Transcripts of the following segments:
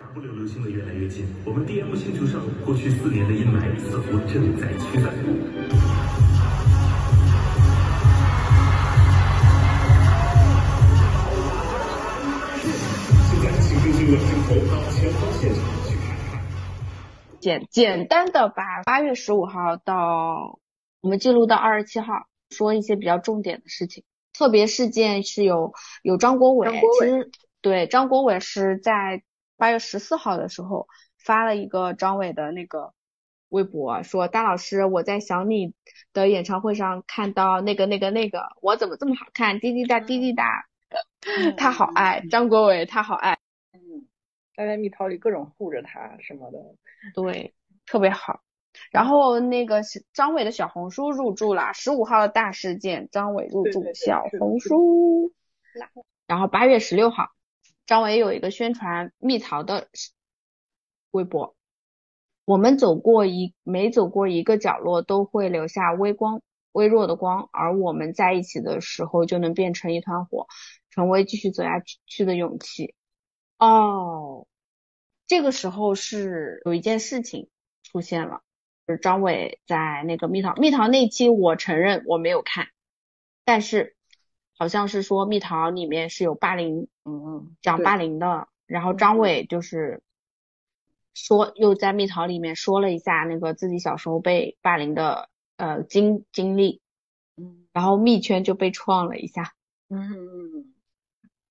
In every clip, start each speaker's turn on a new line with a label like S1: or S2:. S1: 二五六流行的越来越近，我们 DM 星球上过去四年的阴霾似乎正在驱散。现在，请跟随我的镜头到前方现场去看看。
S2: 简简单的把八月十五号到我们记录到二十七号，说一些比较重点的事情。特别事件是有有张国伟，
S3: 张国伟
S2: 其实对张国伟是在八月十四号的时候发了一个张伟的那个微博，说大老师我在想你的演唱会上看到那个那个那个我怎么这么好看，滴滴答滴滴答，
S3: 嗯
S2: 他好爱张国伟，他好爱，
S3: 大家蜜桃里各种护着他什么的，
S2: 对，特别好。然后那个小张伟的小红书入驻啦，十五号的大事件，张伟入
S3: 对
S2: 驻
S3: 对对
S2: 小
S3: 是
S2: 红
S3: 是
S2: 书。然后八月十六号，张伟有一个宣传蜜桃的微博，我们走过一每走过一个角落，都会留下微光微弱的光，而我们在一起的时候，就能变成一团火，成为继续走下去的勇气。哦，这个时候是有一件事情出现了，就是张伟在那个蜜桃蜜桃那期，我承认我没有看，但是好像是说蜜桃里面是有霸凌，
S3: 嗯，
S2: 讲
S3: 对
S2: 霸凌的，然后
S3: 嗯
S2: 张伟就是说又在蜜桃里面说了一下那个自己小时候被霸凌的呃经经历，
S3: 嗯
S2: 然后蜜圈就被创了一下，
S3: 嗯，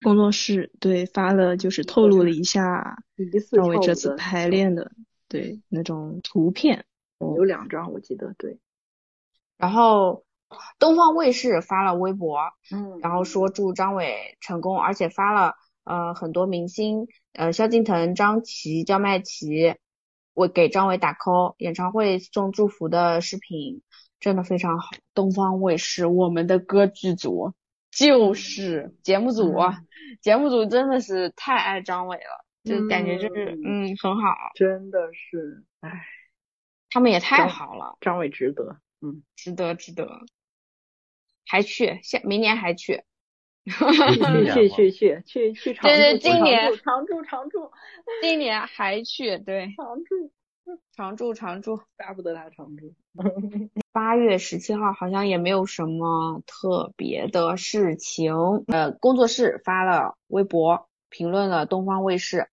S4: 工作室对发了，就是透露了一下
S3: 疑似
S4: 赵
S3: 跳
S4: 薇
S3: 舞
S4: 这
S3: 的
S4: 次排练的对那种图片，
S3: 有两张我记得，对，
S2: 然后东方卫视发了微博，
S3: 嗯
S2: 然后说祝张伟成功，而且发了呃很多明星，呃萧敬腾、张琪、焦迈奇，我给张伟打 call，演唱会送祝福的视频真的非常好。东方卫视我们的歌剧组就是节目组，啊
S3: 嗯
S2: 节目组真的是太爱张伟了，就感觉就是嗯
S3: 嗯
S2: 很好，
S3: 真的是，哎，
S2: 他们也太
S3: 张
S2: 好了，
S3: 张伟值得， 嗯，
S2: 值得值得，还去下明年还 去。
S3: 去去去去去去常
S2: 对对
S3: 驻，
S2: 今
S3: 常
S2: 年
S3: 驻常驻常驻
S2: 今年还去，对，
S3: 常驻，
S2: 常驻常驻。
S3: 巴不得他常驻，
S2: 八月十七号好像也没有什么特别的事情，呃，工作室发了微博评论了东方卫视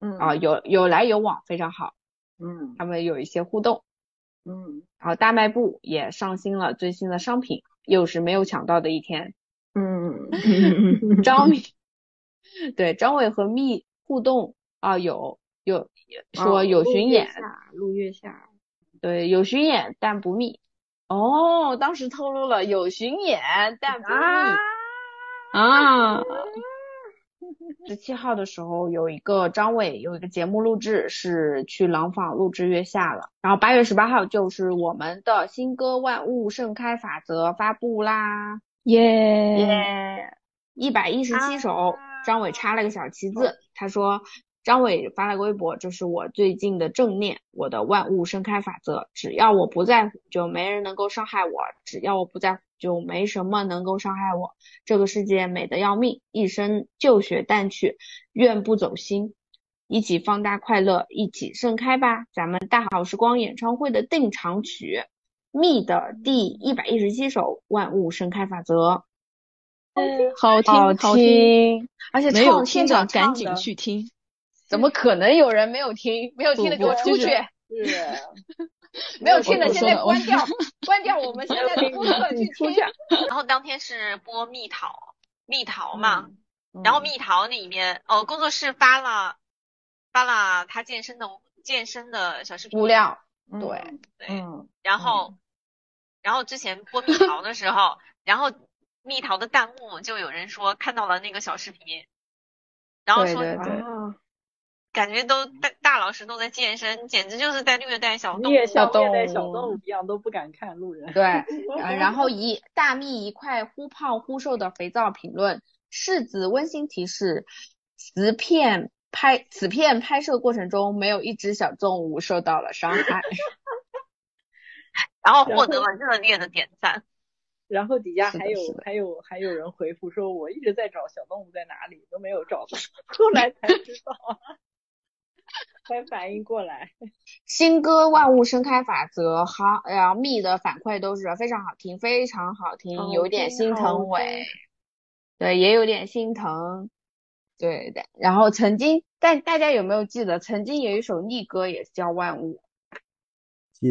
S3: 嗯
S2: 啊、有有来有往，非常好，
S3: 嗯
S2: 他们有一些互动。
S3: 嗯
S2: 然后大卖部也上新了最新的商品，又是没有抢到的一天。
S3: 嗯，
S2: 张敏，对张伟和蜜互动啊、有有说有巡演，
S3: 陆月下，
S2: 对，有巡演但不密。哦，当时透露了有巡演但不密
S3: 啊
S2: 啊。十七号的时候有一个张伟有一个节目录制是去廊坊录制月下了，然后八月十八号就是我们的新歌《万物盛开法则》发布啦，
S4: 耶！
S2: 耶！一百一十七首，
S3: 啊
S2: 张伟插了个小旗子，他说：“张伟发了个微博，这是我最近的正念，我的万物盛开法则。只要我不在乎，就没人能够伤害我；只要我不在乎，就没什么能够伤害我。这个世界美得要命，一生就学淡去，愿不走心。”一起放大快乐，一起盛开吧！咱们大好时光演唱会的定场曲，蜜的第一百一十七首《万物盛开法则》。
S4: 好听，
S2: 嗯好
S4: 好听，
S2: 听，而且
S4: 没
S2: 唱
S4: 有听
S2: 现场
S4: 的赶
S2: 唱
S4: 紧
S2: 的，
S4: 去听。
S2: 怎么可能有人没有听？没有听的
S4: 不
S2: 给我
S4: 不
S2: 出
S4: 就是
S2: 去，
S3: 是，
S2: 没有听
S4: 我
S2: 的
S4: 我
S2: 现
S4: 说
S2: 在
S4: 的我
S2: 关掉，关掉我们现在 的播客
S3: 你
S2: 去
S3: 出
S2: 听
S3: 去。，
S5: 然后当天是播蜜桃，蜜桃嘛，
S3: 嗯
S5: 然后蜜桃里面，哦，工作室发了发了他健身的健身的小视频
S2: 无，聊，
S3: 嗯
S2: 对
S5: 对，
S3: 嗯
S5: 然后然后之前播蜜桃的时候，然后蜜桃的弹幕就有人说看到了那个小视频，然后
S2: 对
S5: 说
S2: 对对
S3: 啊，
S5: 感觉都大大老师都在健身，简直就是在虐待小
S3: 你
S5: 动
S3: 也
S5: 物。
S3: 像
S2: 动
S3: 虐待小
S2: 物
S3: 动物一样都不敢看路 人，
S2: 对， 呃然后一大蜜一块忽胖忽瘦的肥皂评论，柿子温馨提示：此片拍此片拍摄过程中没有一只小动物受到了伤 害。
S5: 然后获得了热烈的点赞。
S3: 然后底下
S2: 是
S3: 还
S2: 的
S3: 有
S2: 是的
S3: 还有还有人回复说， 我一直在找小动物在哪里，都没有找到，后来才知道， 才反应过来。
S2: 新歌《万物生开法则》好，然后蜜的反馈都是非常好听，非常好听，
S4: 哦
S2: 有点
S4: 真
S2: 心
S4: 好
S2: 疼伟，对，也有点心疼，对的。然后曾经，但大家有没有记得，曾经有一首逆歌也是叫《万物》？
S6: 记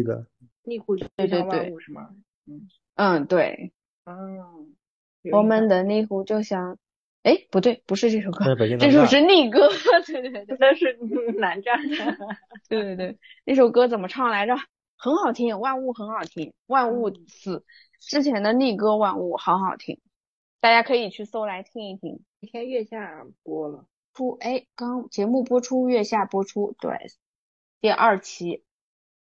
S6: 得
S3: 逆虎就
S2: 对对
S3: 像万
S2: 对
S3: 物是吗？
S2: 嗯，对，
S3: 嗯，
S2: 我们的内湖就像，哎，不对，不是这首歌，
S6: 嗯那是北京
S2: 这
S6: 南
S2: 首
S6: 站
S2: 是逆歌，对对对。
S3: 真的是 南站，
S2: 对对对，那首歌怎么唱来着？很好听，万物很好听，万物
S3: 嗯
S2: 死。之前的逆歌万物好好听，大家可以去搜来听一听。
S3: 那天月下播了，
S2: 出，哎，刚节目播出，月下播出，对，第二期。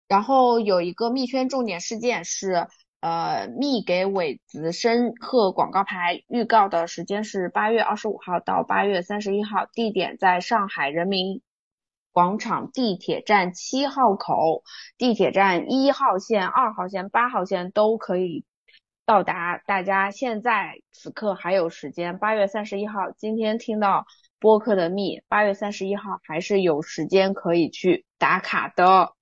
S2: 然后有一个蜜圈重点事件是，呃，蜜给伟子申贺广告牌，预告的时间是八月二十五号到八月三十一号，地点在上海人民广场地铁站七号口、地铁站一号线、二号线、八号线都可以到达。大家现在此刻还有时间，八月三十一号，今天听到播客的蜜，八月三十一号还是有时间可以去打卡的。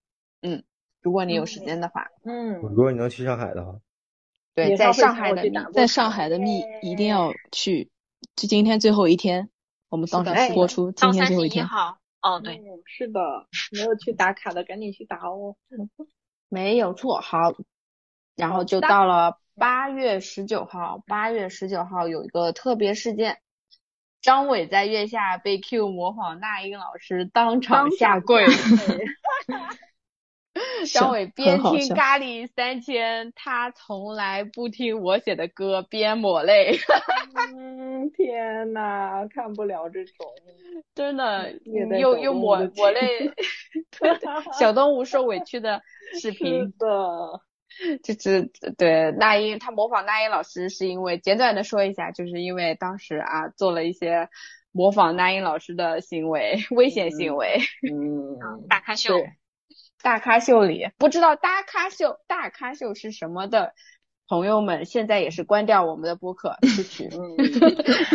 S2: 嗯，如果你有时间的话，
S3: 嗯
S6: 如果你能去上海的 话，
S2: 对，
S3: 也
S2: 在
S3: 浪费
S2: 上
S3: 钱
S2: 海
S3: 我
S2: 的
S3: 去
S2: 蜜，
S3: 打
S4: 在上海的蜜一定要去，就今天最后一天，我们到
S3: 是
S4: 时
S3: 的
S4: 候播
S3: 是的
S4: 出今
S5: 到
S4: 天
S5: 三
S4: 最后
S5: 十
S4: 一
S5: 一
S4: 天。
S5: 号。哦，对，
S3: 嗯，是的，没有去打卡的赶紧去打 哦。
S2: 没有错。好，然后
S3: 好
S2: 就
S3: 的
S2: 到了八月十九号，八月十九号有一个特别事件，张伟在月下被 Q 模仿那英老师当场下跪。
S4: 是
S2: 张伟边
S4: 很好
S2: 听
S4: 笑
S2: 咖喱三千，他从来不听我写的歌，边抹泪。
S3: 嗯， 天呐，看不了这种。
S2: 真的
S3: 虐
S2: 嗯
S3: 待
S2: 又
S3: 狗
S2: 又
S3: 狗
S2: 抹
S3: 的
S2: 抹
S3: 天
S2: 泪，对 对小动物受委屈的视
S3: 是
S2: 频，
S3: 的，
S2: 就是对那英，他模仿那英老师是因为简短的说一下，就是因为当时啊做了一些模仿那英老师的行为，危险行
S3: 嗯
S2: 为，
S3: 嗯，
S5: 大咖秀
S3: 对，
S2: 大咖秀里不知道大咖秀大咖秀是什么的。朋友们，现在也是关掉我们的播客，出 去
S3: 嗯，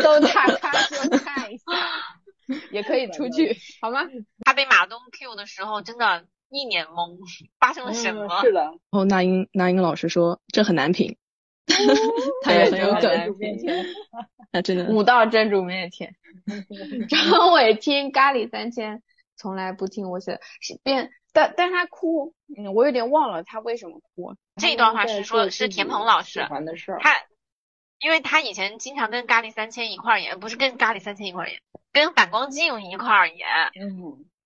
S2: 搜大咖秀看一下，也可以出去，好吗？
S5: 他被马东 Q 的时候，真的一脸懵，发生了什
S3: 嗯
S5: 么？
S3: 是的，
S4: 然后那英那英老师说这很难评，他 也很有
S2: 对
S4: 梗，
S3: 主面前，
S4: 他真的
S2: 舞到真主面前。张伟听咖喱三千，从来不听我写的，是变，但但他哭，嗯，我有点忘了他为什么哭。
S5: 这
S3: 嗯
S5: 段话是说，是田鹏老
S3: 喜
S5: 师，
S3: 欢的事儿，
S5: 他，因为他以前经常跟咖喱三千一块儿演，不是跟咖喱三千一块儿演，跟反光镜一块儿演，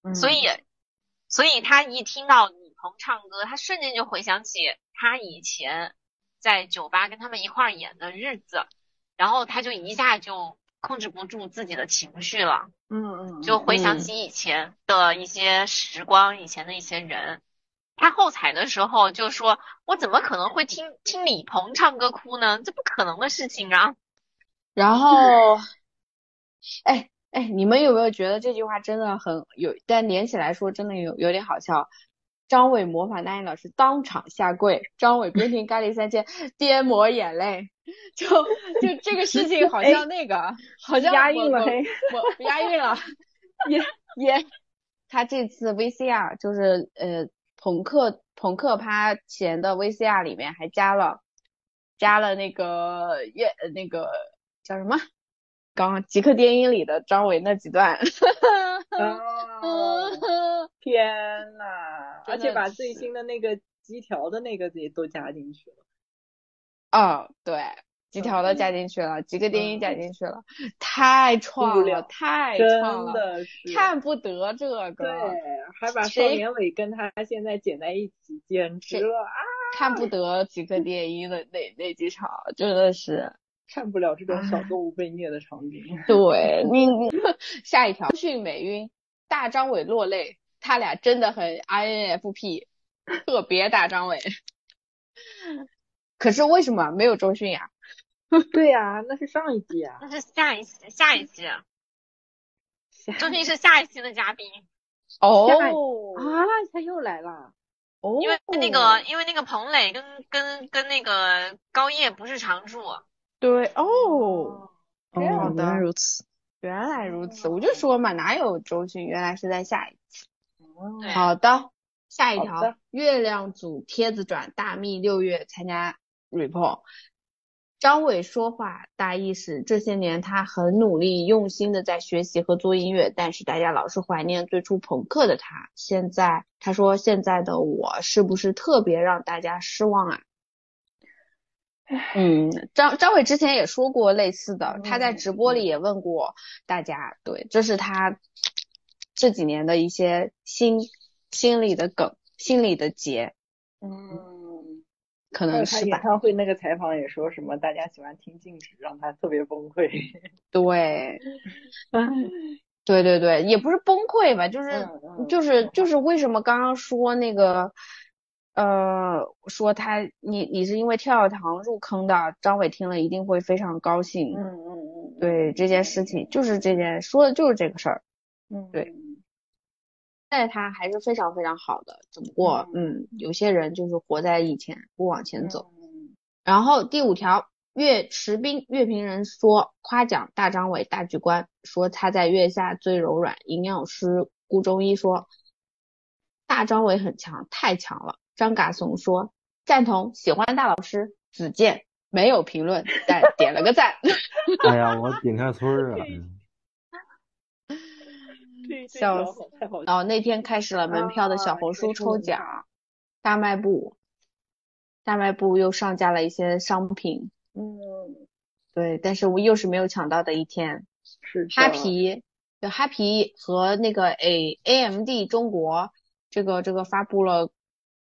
S3: 嗯，
S5: 所以，所以他一听到李鹏唱歌，他瞬间就回想起他以前在酒吧跟他们一块儿演的日子，然后他就一下就控制不住自己的情绪了，
S3: 嗯嗯，
S5: 就回想起以前的一些时光，以前的一些人。他后采的时候就说：“我怎么可能会听听李鹏唱歌哭呢？这不可能的事情啊！”
S2: 然后，哎哎，你们有没有觉得这句话真的很有？但连起来说，真的有有点好笑。张伟模仿那英老师当场下跪，张伟边听咖喱三千边抹眼泪，就就这个事 情好像那个，哎好像
S3: 押
S2: 我
S3: 韵了
S2: 我
S3: 嘿
S2: 我押韵了，也 也，他这次 VCR 就是呃朋克朋克趴前的 VCR 里面还加了加了那个乐那个叫什么？刚刚《极客电影》里的张伟那几段，
S3: 哦，天呐，
S2: 真
S3: 而且
S2: 的
S3: 把最
S2: 是
S3: 新的那个机条的那个也都加进去了，
S2: 哦，对，
S3: 嗯
S2: 几条都加进去了，几个电影加进去了，太创
S3: 无
S2: 了，
S3: 聊
S2: 太创了，
S3: 真的是，
S2: 看不得这个
S3: 对，，还把邵
S2: 谁
S3: 年伟跟他现在剪在一起，简直
S2: 谁
S3: 了啊！
S2: 看不得几 个电影的那那几场，真的是，
S3: 看不了这种小动物被虐的场景，
S2: 对你 你下一条，通讯美晕，大张伟落泪，他俩真的很 INFP，特别大张伟。 可是为什么没有周迅呀、
S3: 对呀、那是上一季啊，
S5: 那是下一期，下一期，周迅是下一期的嘉宾，
S2: 哦
S3: 啊，他又来了，
S2: 哦，
S5: 因为那个，因为那个彭磊跟跟跟那个高叶不是常驻，啊
S2: 对哦，
S4: 哦，
S2: 好
S4: 原
S2: 的
S4: 来如此。
S3: 哦
S2: 原来如此，我就说嘛，哪有周迅，原来是在下一期。
S5: 对，
S2: 好的，下一
S3: 哦好
S2: 条
S3: 的，
S2: 月亮组帖子转大蜜六月参加 report。张伟说话大意是，这些年他很努力、用心的在学习和做音乐，但是大家老是怀念最初朋克的他。现在他说现在的我是不是特别让大家失望啊？嗯，张张伟之前也说过类似的，他在直播
S3: 嗯
S2: 里也问过大家，对，这是他这几年的一些心心里的梗，心里的结，
S3: 嗯，还
S4: 可
S3: 有他
S4: 能是
S3: 演
S4: 吧。
S3: 唱会那个采访也说什么大家喜欢听静止，让他特别崩溃。
S2: 对，嗯 对对对，也不是崩溃吧，就是
S3: 嗯嗯
S2: 就是就是为什么刚刚说那个，呃，说他你你是因为跳跳糖入坑的，张伟听了一定会非常高兴。
S3: 嗯嗯嗯，
S2: 对这件事情，就是这件说的就是这个事儿。
S3: 嗯
S2: 对，现在他还是非常非常好的，只不过嗯，有些人就是活在以前，不往前走。
S3: 嗯
S2: 然后第五条，岳池冰乐评人说夸奖大张伟大局观，说他在月下最柔软。营养师顾中医说大张伟很强，太强了。张嘎怂说赞同，喜欢大老师。子健没有评论，但点了个赞。
S6: 哎呀，我顶开村儿啊！
S3: 对，这
S2: 笑
S3: 条
S2: 死
S3: 好太好
S2: 哦，那天开始了门票的小
S3: 啊
S2: 红
S3: 这
S2: 书
S3: 个
S2: 抽
S3: 抽奖
S2: 奖，大卖部，大卖部又上架了一些商品，
S3: 嗯，
S2: 对，但是我又是没有抢到的一天。
S3: 是的
S2: 哈皮，对，哈皮和那个 A AMD 中国这个这个发布了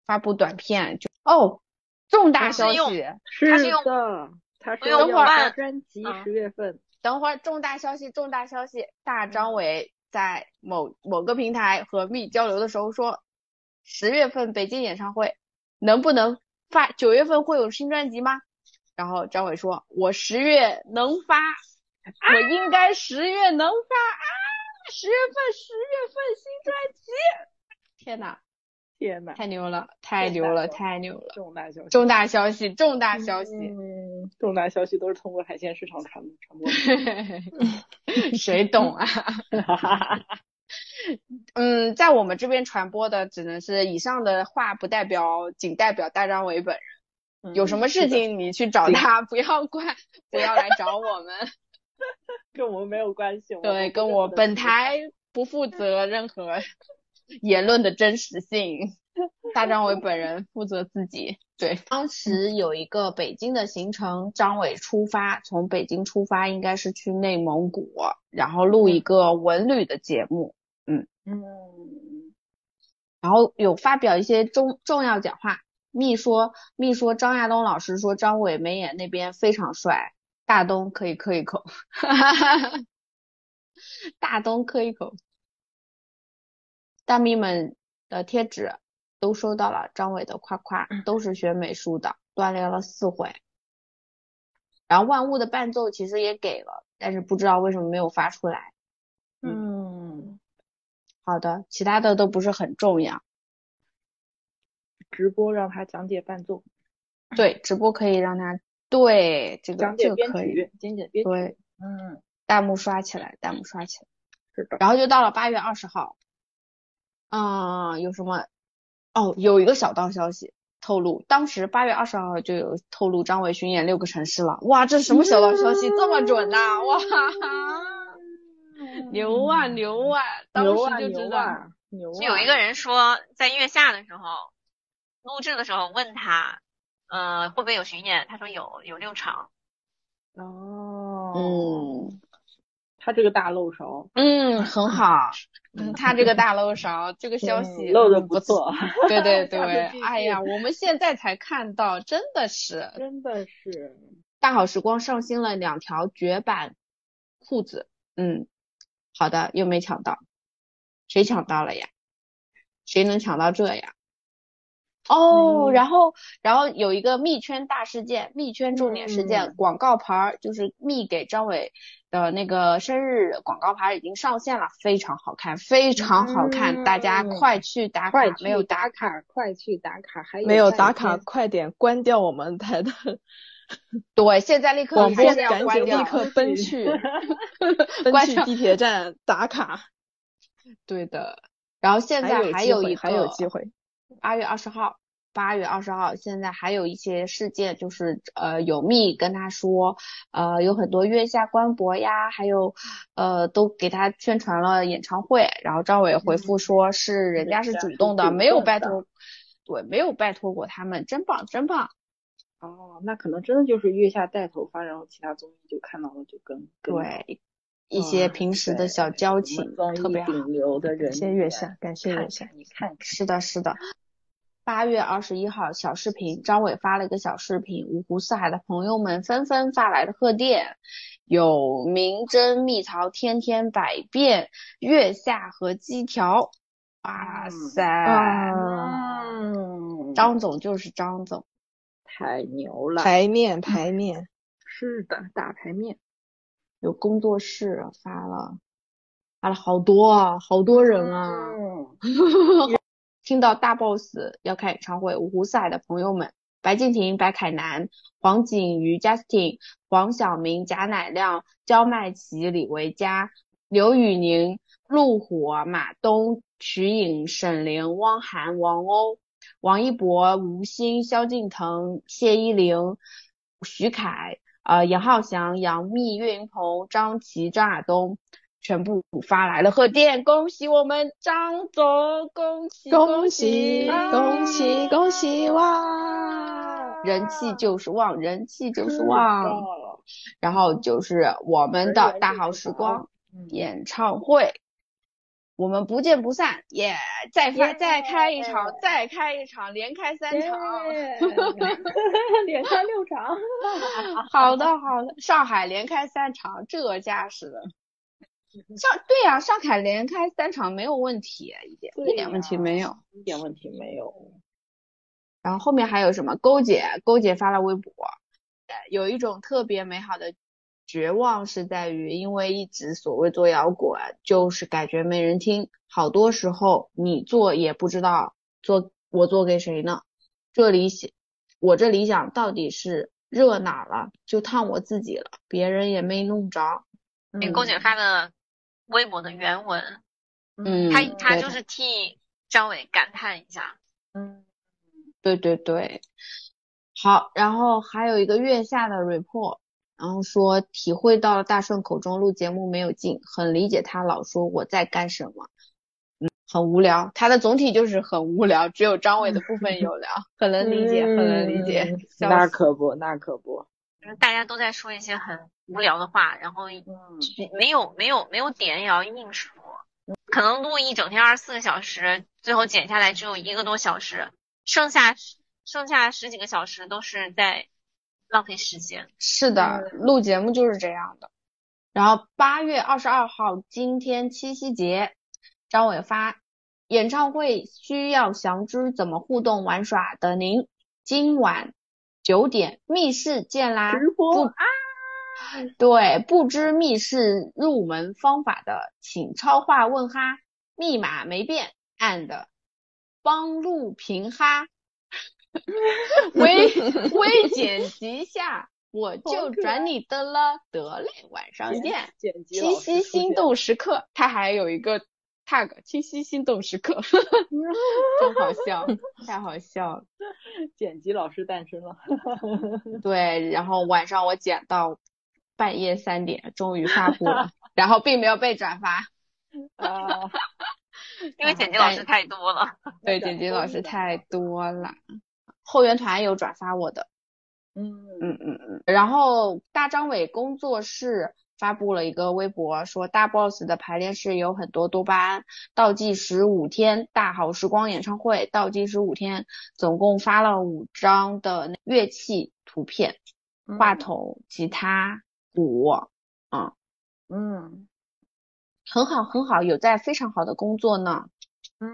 S2: 发布短片，就哦，重大
S5: 是
S2: 消
S5: 用
S2: 息，
S3: 是
S5: 他是用
S3: 的，他说
S5: 用
S3: 要
S2: 万
S3: 发专辑
S5: 啊
S3: 十月份，
S2: 等会儿重大消息，重大消息，大张伟在某某个平台和蜜交流的时候说，十月份北京演唱会能不能发？九月份会有新专辑吗？然后张伟说，我十月能发，我应该十月能发啊，十月份十月份新专辑，天呐，
S3: 天哪，
S2: 太牛了，太
S3: 重
S2: 牛
S3: 大
S2: 了，
S3: 消息
S2: 太牛了！
S3: 重大消息，
S2: 重大消息，重大消息。
S3: 嗯，重大消息都是通过海鲜市场传传播的。
S2: 谁懂啊？ 嗯，在我们这边传播的只能是以上的话，不代表仅代表大张伟本人。
S3: 嗯
S2: 有什么事
S3: 是的
S2: 情你去找他，不要怪，不要来找我们。
S3: 跟我们没有关系？我
S2: 对，
S3: 们
S2: 跟
S3: 不
S2: 我
S3: 认识
S2: 本
S3: 的
S2: 台不 负责任何言论的真实性，大张伟本人负责自己。对，当时有一个北京的行程，张伟出发，从北京出发应该是去内蒙古，然后录一个文旅的节目，
S3: 嗯，
S2: 然后有发表一些重重要讲话。密说，密说，张亚东老师说张伟眉眼那边非常帅，大东可以磕一口，大东磕一口。大咪们的贴纸都收到了，张伟的夸夸
S3: 嗯
S2: 都是学美术的，锻炼了四回。然后万物的伴奏其实也给了，但是不知道为什么没有发出来。
S3: 嗯，
S2: 好的，其他的都不是很重要。
S3: 直播让他讲解伴奏，
S2: 对，直播可以让他对这个
S3: 嗯讲
S2: 这
S3: 解
S2: 个
S3: 编
S2: 可以，
S3: 曲，讲解编曲。
S2: 对，
S3: 嗯，
S2: 弹幕刷起来，弹幕刷起来，
S3: 是的。
S2: 然后就到了八月二十号，嗯，有什么？哦，有一个小道消息透露，当时八月二十号就有透露张伟巡演六个城市了。哇，这什么小道消息这么准呐、 哇，牛啊牛啊！当
S3: 牛
S2: 时
S3: 啊
S2: 就
S3: 牛
S2: 知道，
S3: 啊牛啊！
S5: 就有一个人说，在月下的时候，录制的时候问他，呃，会不会有巡演？他说有，有六场。
S3: 哦，，
S2: 嗯
S3: 他这个大漏勺，
S2: 嗯，很好。嗯，他这个大漏勺，这个消息
S3: 漏的
S2: 嗯
S3: 不错，
S2: 对 对对
S3: 下次继，续
S2: 哎呀，我们现在才看到，真的是
S3: 真的是
S2: 大好时光上新了两条绝版裤子，嗯，好的，又没抢到，谁抢到了呀？谁能抢到这呀？哦，
S3: 嗯
S2: 然后然后有一个密圈大事件，密圈重点事件
S3: 嗯
S2: 广告牌儿，就是密给张伟的那个生日广告牌儿已经上线了，非常好看，非常好看，大家
S3: 嗯
S2: 快去打卡，
S3: 快
S2: 没有
S3: 去
S2: 打
S3: 打
S2: 卡。
S3: 卡，快去打卡，还有
S4: 没有
S3: 半
S4: 打卡，
S3: 天
S4: 快点关掉我们台的
S2: 对，现在立刻
S4: 广播，
S2: 现在要
S4: 赶
S2: 关
S4: 紧
S2: 掉
S4: 立刻奔去 奔
S2: 关
S4: 去
S2: 掉
S4: 地铁站打卡。
S2: 对的，然后现在
S4: 还
S2: 有
S4: 机
S2: 一
S4: 会
S2: 个
S4: 还有机会，
S2: 八月二十号，八月二十号，现在还有一些事件，就是呃，有密跟他说，呃，有很多月下官博呀，还有呃，都给他宣传了演唱会，然后赵伟回
S4: 嗯
S2: 复说是人家是主动的，
S3: 人家是主动的
S2: 没有拜托，对，没有拜托过他们，真棒，真棒。
S3: 哦，那可能真的就是月下带头发，然后其他综艺就看到了就跟，啊
S2: 对，一些
S4: 嗯
S2: 平时的小交情特别好。
S3: 顶流的人，
S4: 感谢月下，感谢
S3: 看
S4: 月下
S3: 看，。你看看，
S2: 是的，是的。八月二十一号，小视频，张伟发了一个小视频，五湖四海的朋友们纷纷发来了贺电，有明真、蜜桃、天天、百变、月下和鸡条。哇
S3: 嗯
S2: 塞，
S3: 嗯，
S2: 张总就是张总，
S3: 太牛了，
S4: 排面排面，
S3: 是的，大排面，
S2: 有工作室啊发了，发了好多啊，好多人啊。
S3: 嗯，
S2: 听到大 boss 要开演唱会，五湖四海的朋友们，白敬亭、白凯南、黄景瑜、Justin、黄晓明、贾乃亮、焦迈奇、李维嘉、刘宇宁、陆火、马东、瞿颖、沈凌、汪涵、王鸥、王一博、吴昕、萧敬腾、谢依霖、徐凯、呃杨浩翔、杨幂、岳云鹏、张琪、张亚东。全部发来了贺电，恭喜我们张总，恭喜
S4: 恭
S2: 嗯喜啊
S4: 喜恭喜恭喜 哇！
S2: 人气就是旺，人气就是
S3: 哦是
S2: 旺。
S3: 的
S2: 然后就是我们
S3: 人
S2: 的
S3: 缘
S2: 大
S3: 就
S2: 好
S3: 是
S2: 时
S3: 好
S2: 光
S3: 嗯
S2: 演唱会，我们不见不散，耶！再发
S3: 耶
S2: 再开一场，再开一场，连开三场。
S3: 耶 连开六场，
S2: 好的好的，上海连开三场，这架势的。
S3: 嗯
S2: 上对呀、上海连开三场没有问题，一点
S3: 对
S2: 一点问题
S3: 呀
S2: 没有。
S3: 一点问题没有。
S2: 然后后面还有什么？勾姐，勾姐发了微博，呃有一种特别美好的绝望是在于，因为一直所谓做摇滚，就是感觉没人听，好多时候你做也不知道做我做给谁呢？这理想，我这理想到底是热哪了，就烫我自己了，别人也没弄着。
S5: 给
S3: 嗯
S5: 郭姐发的微博的原文，
S2: 嗯，
S5: 她她
S2: 对
S5: 就
S2: 的
S5: 是替张伟感叹一下，
S3: 嗯，
S2: 对对对，好，然后还有一个月下的 report，然后说体会到了大顺口中录节目没有劲，很理解他老说我在干什么，嗯，很无聊，他的总体就是很无聊，只有张伟的部分有聊，很能理解，很能理解，
S3: 嗯
S2: 笑
S3: 那
S2: 死
S3: 可不，那可不，
S5: 就是大家都在说一些很无聊的话，然后
S3: 嗯，
S5: 没有没有没有点也要硬说，
S2: 嗯
S5: 可能录一整天二十四个小时，最后剪下来只有一个多小时，剩下剩下十几个小时都是在浪费时间。
S2: 是的，
S3: 嗯
S2: 录节目就是这样的。然后八月二十二号，今天七夕节，张伟发演唱会需要详知怎么互动玩耍的您，今晚九点密室见啦！
S3: 直播啊
S2: 不对，不知密室入门方法的，请超话问哈，密码没变，and 帮路平 哈， 微 微剪辑下，我就转你的了，得嘞，晚上见。
S3: 剪辑
S2: 七夕心动时刻，它还有一个 tag，七夕心动时 刻，真好笑，太好笑了。
S3: 剪辑老师诞生 了，
S2: 对，然后晚上我剪到半夜三点，终于发布了，然后并没有被转 发。
S3: 啊，
S5: 因
S4: 啊
S5: 为剪辑老师太多了，
S2: 对，
S3: 转
S2: 剪辑
S3: 播
S2: 老
S3: 率
S2: 师
S3: 的
S2: 太多了。后援团有转发我的，
S3: 嗯
S2: 嗯嗯嗯。然后大张伟工作室发布了一个微博，说大 boss 的排练室有很多多巴胺，倒计时五天，大好时光演唱会倒计时五天，总共发了五张的乐器图片，话，筒、吉他、鼓，
S3: 嗯
S2: 很好很好，有在非常好的工作呢。
S3: 嗯。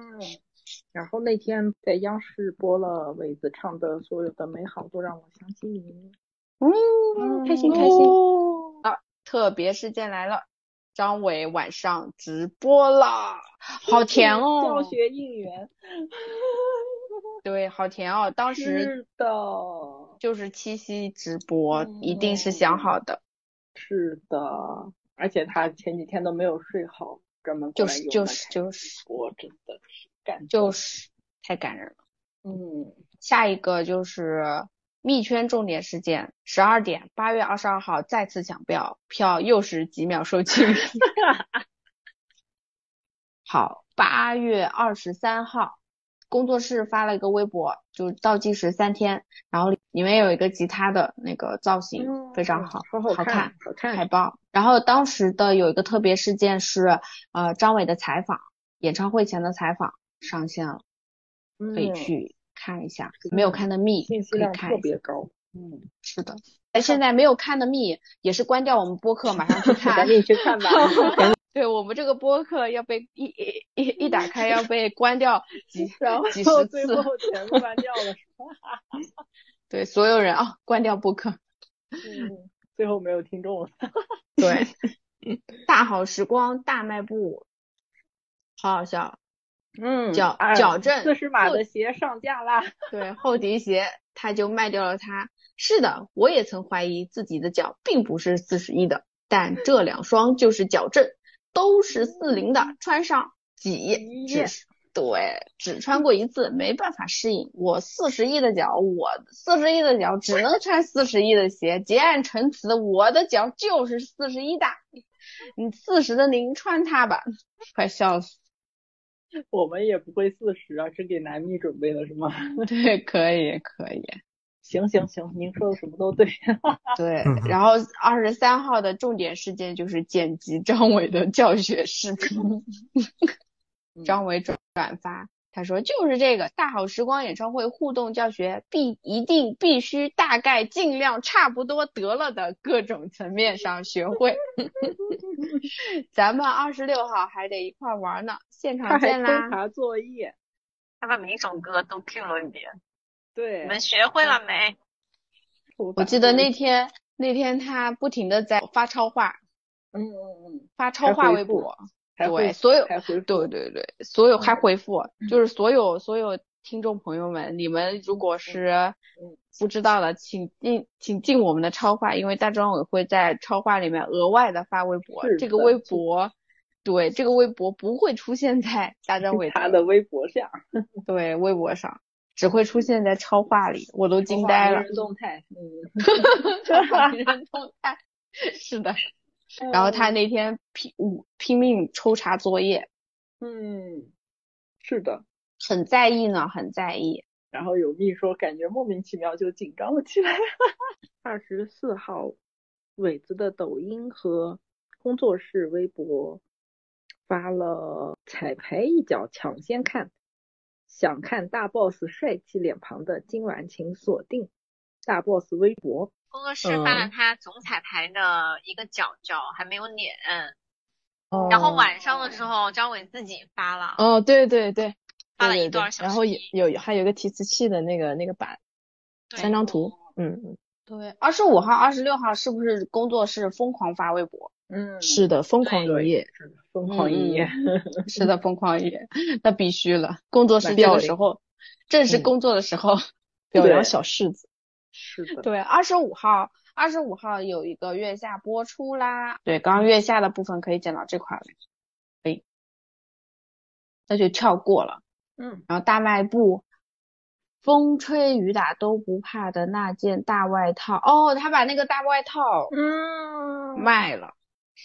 S3: 然后那天在央视播了伟子唱的《所有的美好都让我想起你》，
S2: 嗯，开心开心。
S3: 哦
S2: 啊，特别事件来了，张伟晚上直播啦，好甜
S3: 教
S2: 哦。
S3: 学应援，
S2: 对，好甜哦。当时
S3: 是的，
S2: 就是七夕直播，一定是
S3: 嗯
S2: 想好的。
S3: 是的，而且他前几天都没有睡好，专门过
S2: 就
S3: 来
S2: 是
S3: 有
S2: 就
S3: 门
S2: 是
S3: 看
S2: 就是
S3: 我真的是感动
S2: 就是太感人了。
S3: 嗯，
S2: 下一个就是密圈重点事件，十二点，八月二十二号再次抢票，票又是几秒售 罄。好，八月二十三号，工作室发了一个微博，就是倒计时三天，然后里面有一个吉他的那个造型非常好，
S3: 嗯好
S2: 好
S3: 看，好看
S2: 海报。然后当时的有一个特别事件是，呃，张伟的采访，演唱会前的采访上线了。可以
S3: 嗯
S2: 去看一下。
S3: 是的
S2: 没有看的密
S3: 信息
S2: 可以
S3: 量
S2: 看
S3: 特
S2: 一
S3: 别
S2: 下。
S3: 高，嗯，
S2: 是的，但现在没有看的密也是关掉我们播客，马上去 看
S3: 赶。紧去看吧。
S2: 对我们这个播客要被一一一一打开要被关掉几
S3: 然后
S2: 几十
S3: 最
S2: 次，
S3: 后全 部关掉了，
S2: 对所有人啊、关掉播客。
S3: 嗯，最后没有听众了。
S2: 对，大好时光大卖部，好好笑。
S3: 嗯
S2: 矫矫正
S3: 四十码
S2: 后
S3: 的鞋上架啦。
S2: 对，厚底鞋，他就卖掉了它。是的，我也曾怀疑自己的脚并不是四十一的，但这两双就是矫正，都是四零的，穿上挤，只是对，只穿过一次，没办法适应。我四十一的脚，我四十一的脚只能穿四十一的鞋，结案陈词，我的脚就是四十一大，你四十的您穿它吧， 快笑死。
S3: 我们也不会四十啊，是给男蜜准备的是吗？
S2: 对，可以，可以。
S3: 行行行，您说的什么都对。
S2: 对，然后二十三号的重点事件就是剪辑张伟的教学视 频，张伟转转发，他说就是这个大好时光演唱会互动教学必一定必须大概尽量差不多得了的各种层面上学 会，咱们二十六号还得一块儿玩呢，现
S3: 他
S2: 场
S3: 还
S2: 见
S3: 抽
S2: 啦！
S3: 查作业，
S5: 他把每一首歌都 Q 了一遍。
S3: 对
S5: 你，们学会了没？
S3: 抽查
S2: 我记得
S3: 作
S2: 那
S3: 业
S2: 天那天他不停的在发超话，
S3: 嗯嗯嗯，
S2: 发
S3: 还
S2: 超话
S3: 回
S2: 微
S3: 复
S2: 博。
S3: 还
S2: 对
S3: 回
S2: 所有
S3: 还回复
S2: 对对对，所
S3: 嗯
S2: 有还回复，就是所有所有听众朋友们，你们如果是
S3: 嗯
S2: 不知道的，请进请进我们的超话，因为大专委会在超话里面额外的发微博
S3: 是，
S2: 这个
S3: 的
S2: 微
S3: 是的
S2: 博，对这个微博不会出现在大专委
S3: 他的微博上，
S2: 对微博上，只会出现在超话里，我都惊
S3: 哇
S2: 呆
S3: 名
S2: 了，
S3: 人动态，嗯，
S2: 超话名 人动态，是的，
S3: 嗯
S2: 然后他那天拼嗯拼命抽查作业，
S3: 嗯，是的。
S2: 很在意呢，很在意。
S3: 然后有蜜说，感觉莫名其妙就紧张了起来。 二十四号，伟子的抖音和工作室微博发了彩排一角抢先看，想看大 boss 帅气脸庞的，今晚请锁定大 boss 微博。
S5: 工作室发了他总彩排的一个角角，还没有脸。然后晚上的时候，张伟自己发了，
S4: 哦，对对对，对
S5: 发了
S4: 对
S5: 一
S4: 对
S5: 段，小
S4: 然后
S5: 视
S4: 有
S5: 频，
S4: 有还有一个提词器的那个那个版，
S5: 对哦
S4: 三张图，嗯，嗯
S2: 对，二十五号、二十六号是不是工作室疯狂发微博？
S3: 嗯
S4: 是的，疯狂
S3: 对
S4: 一夜，
S3: 是的，疯狂
S2: 嗯
S3: 一夜。
S2: 是的，疯狂一点，那必须了。工作室这
S4: 那标
S2: 个
S4: 的
S2: 时候，正是
S4: 嗯
S2: 工作的时 候。
S4: 表
S3: 对
S4: 扬小柿子，
S3: 是的，
S2: 对，二十五号，二十五号有一个月下播出啦。对，刚刚月下的部分可以剪到这块了，可以，那就跳过了。
S3: 嗯，
S2: 然后大卖部，风吹雨打都不怕的那件大外套，哦，他把那个大外套
S3: 嗯，
S2: 卖了，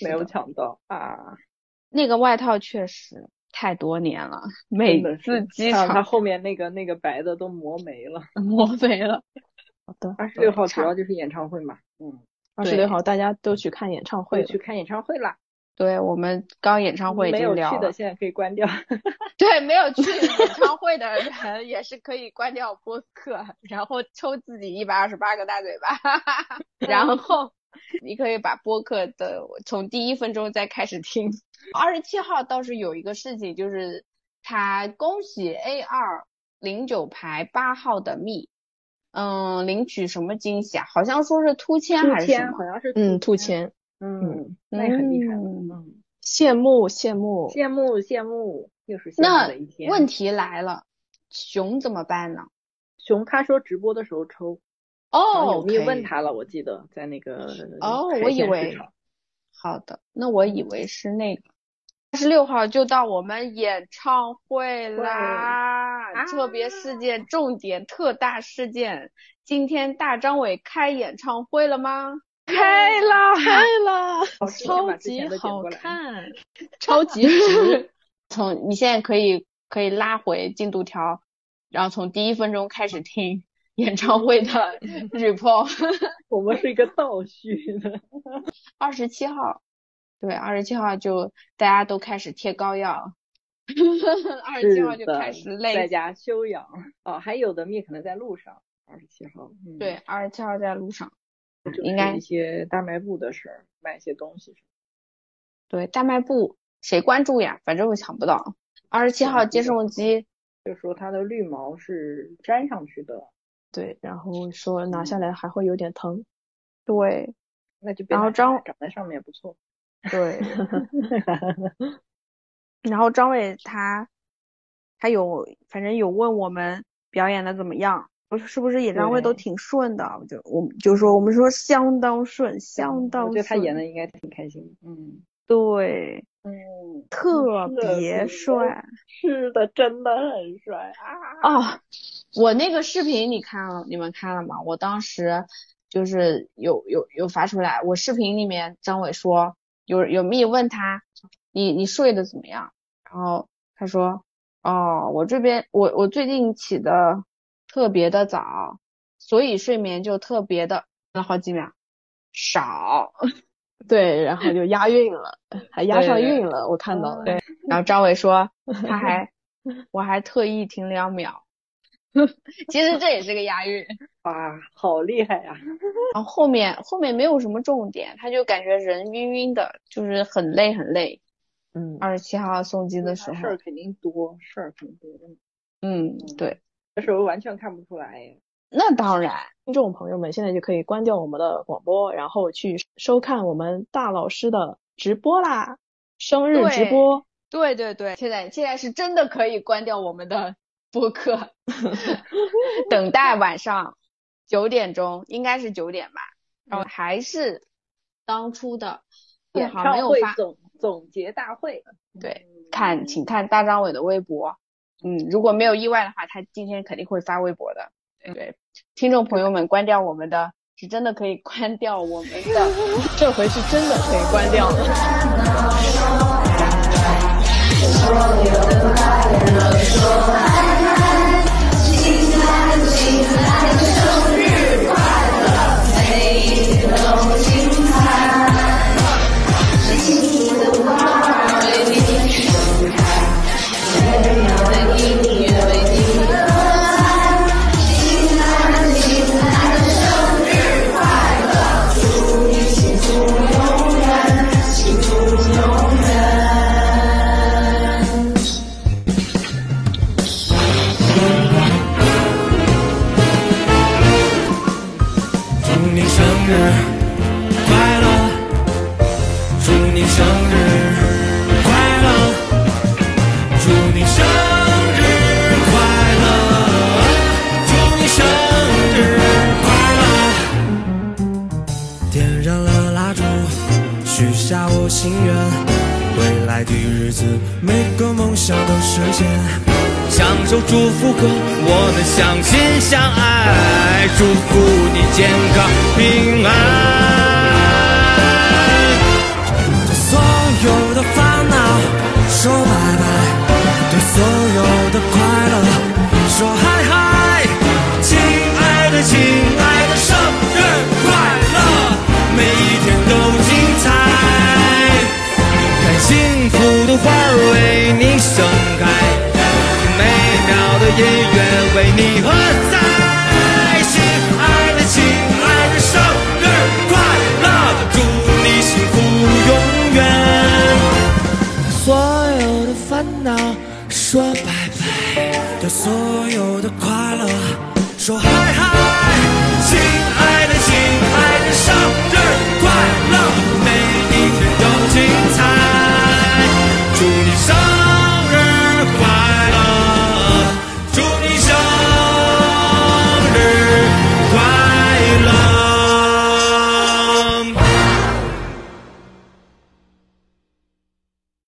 S3: 没
S2: 是
S3: 有
S2: 的
S3: 抢到啊！
S2: 那个外套确实太多年了，每
S3: 真的是
S2: 次机
S3: 看到他
S2: 场
S3: 后面那个那个白的都磨没了。
S2: 磨没了。
S4: 好的，
S3: 二十六号
S2: 差
S3: 主要就是演唱会嘛，嗯，
S4: 二
S2: 对
S4: 十六号大家都去看演唱会
S3: 会
S4: 了，
S3: 去看演唱会啦。
S2: 对，我们刚演唱会已
S3: 嗯没
S2: 经
S3: 有
S2: 聊
S3: 去的
S2: 了，
S3: 现在可以关掉。
S2: 对，没有去演唱会的人也是可以关掉播客，然后抽自己一百二十八个大嘴 巴，然后你可以把播客的从第一分钟再开始听。二十七号倒是有一个事情，就是他恭喜 A 二零九排八号的蜜，嗯，领取什么惊喜啊？好像说是突签还是什
S3: 签
S2: 么
S3: 好？像是
S4: 嗯，
S3: 兔
S4: 兔，签，
S3: 嗯，那也很厉害了。
S2: 嗯
S3: 嗯，
S4: 羡慕羡慕，
S3: 羡慕羡慕，又是羡
S2: 那
S3: 慕的一天。
S2: 问题来了，熊怎么办呢？
S3: 熊他说直播的时候抽，然
S2: 哦，
S3: 后啊有蜜
S2: 可
S3: 问
S2: 以
S3: 他了，我记得在那个
S2: 哦，
S3: 海
S2: 我以
S3: 鲜市
S2: 为
S3: 场
S2: 好的，那我以为是那个十六号就到我们演唱会啦！
S5: 啊
S2: 特别事件、重点特大事件，今天大张伟开演唱会了吗？
S4: 开了，开 了，
S3: 老师先把
S4: 超
S3: 之前
S4: 级
S3: 的点
S4: 好
S3: 过来
S5: 嗯
S4: 看，超 级值。
S2: 从你现在可以可以拉回进度条，然后从第一分钟开始听演唱会 的 report。
S3: 我们是一个倒叙 的。
S2: 二十七号，对，二十七号就大家都开始贴膏药， 二十七号
S3: 是
S2: 就
S3: 的
S2: 开始
S3: 在
S2: 累。
S3: 家休养哦，还有的也可能在路上。二十七号，嗯、
S2: 对，，二十七号在路上。
S3: 就是
S2: 应该
S3: 一些大卖部的事儿，买一些东西什么
S2: 对，大卖部谁关注呀？反正我抢不到。二十七号接送机，
S3: 的。就说它的绿毛是粘上去的，
S4: 对，然后说拿下来还会有点疼。
S2: 对
S3: 那就别
S2: 然后
S3: 拿下来
S2: 张
S3: 长在上面也不错。
S2: 对。然后张伟他他有，反正有问我们表演的怎么样，我说是不是演唱会都
S3: 对
S2: 挺顺的？我就我们就说我们说相当顺，相当
S3: 嗯我觉得他
S2: 顺
S3: 演的应该挺开心的。嗯
S2: 对，
S3: 嗯，
S2: 特
S3: 是的
S2: 别帅
S3: 是的，真的很帅啊！
S2: 啊！我那个视频你看了，你们看了吗？我当时就是有有有发出来，我视频里面张伟说有有密问他，你你睡得怎么样？然后他说哦，我这边我我最近起的特别的早，所以睡眠就特别的了好几秒少。
S7: 对，然后就押韵了，还押上
S2: 对
S7: 韵了，我看到了。
S2: 对，然后张伟说他还，我还特意停两秒， 其实这也是个押韵。
S3: 哇，好厉害啊呀、
S2: 然后后面后面没有什么重点，他就感觉人晕晕的，就是很累很累。
S7: 嗯，
S2: 二十七号送机的时
S3: 他
S2: 候
S3: 事，儿肯定多，事儿肯定多，
S2: 嗯，对，
S3: 那时候完全看不出来。
S2: 那当然，
S7: 听众朋友们现在就可以关掉我们的广播，然后去收看我们大老师的直播啦，生日直
S2: 对
S7: 播。
S2: 对对对，现在现在是真的可以关掉我们的 播客，等待晚上九点钟，应该是九点吧，然后还是当初的，
S3: 演
S2: 好像没
S3: 唱
S2: 有
S3: 会
S2: 发。
S3: 总总结大会，
S2: 对
S3: 嗯，
S2: 看，请看大张伟的微博。嗯，如果没有意外的话，他今天肯定会发微博的。对，听众朋友们，关掉我们的，是真的可以关掉我们的。
S7: 这回是真的可以关掉了。
S8: 祝你生日快乐，祝你生日快乐，祝你生日快乐，祝你生日快乐。点燃了蜡烛，许下我心愿，未来的日子每个梦想都实现。享受祝福和我们相亲相爱，祝福你健康平安。所有的烦恼说拜拜，对所有的快乐说嗨嗨，亲爱的亲爱的生日快乐，每一天都精彩。看幸福的花儿为你盛开，听美妙的音乐为你喝彩。亲爱的，亲爱的，生日快乐！祝你幸福永远。所有的烦恼说拜拜，对所有的快乐说嗨嗨。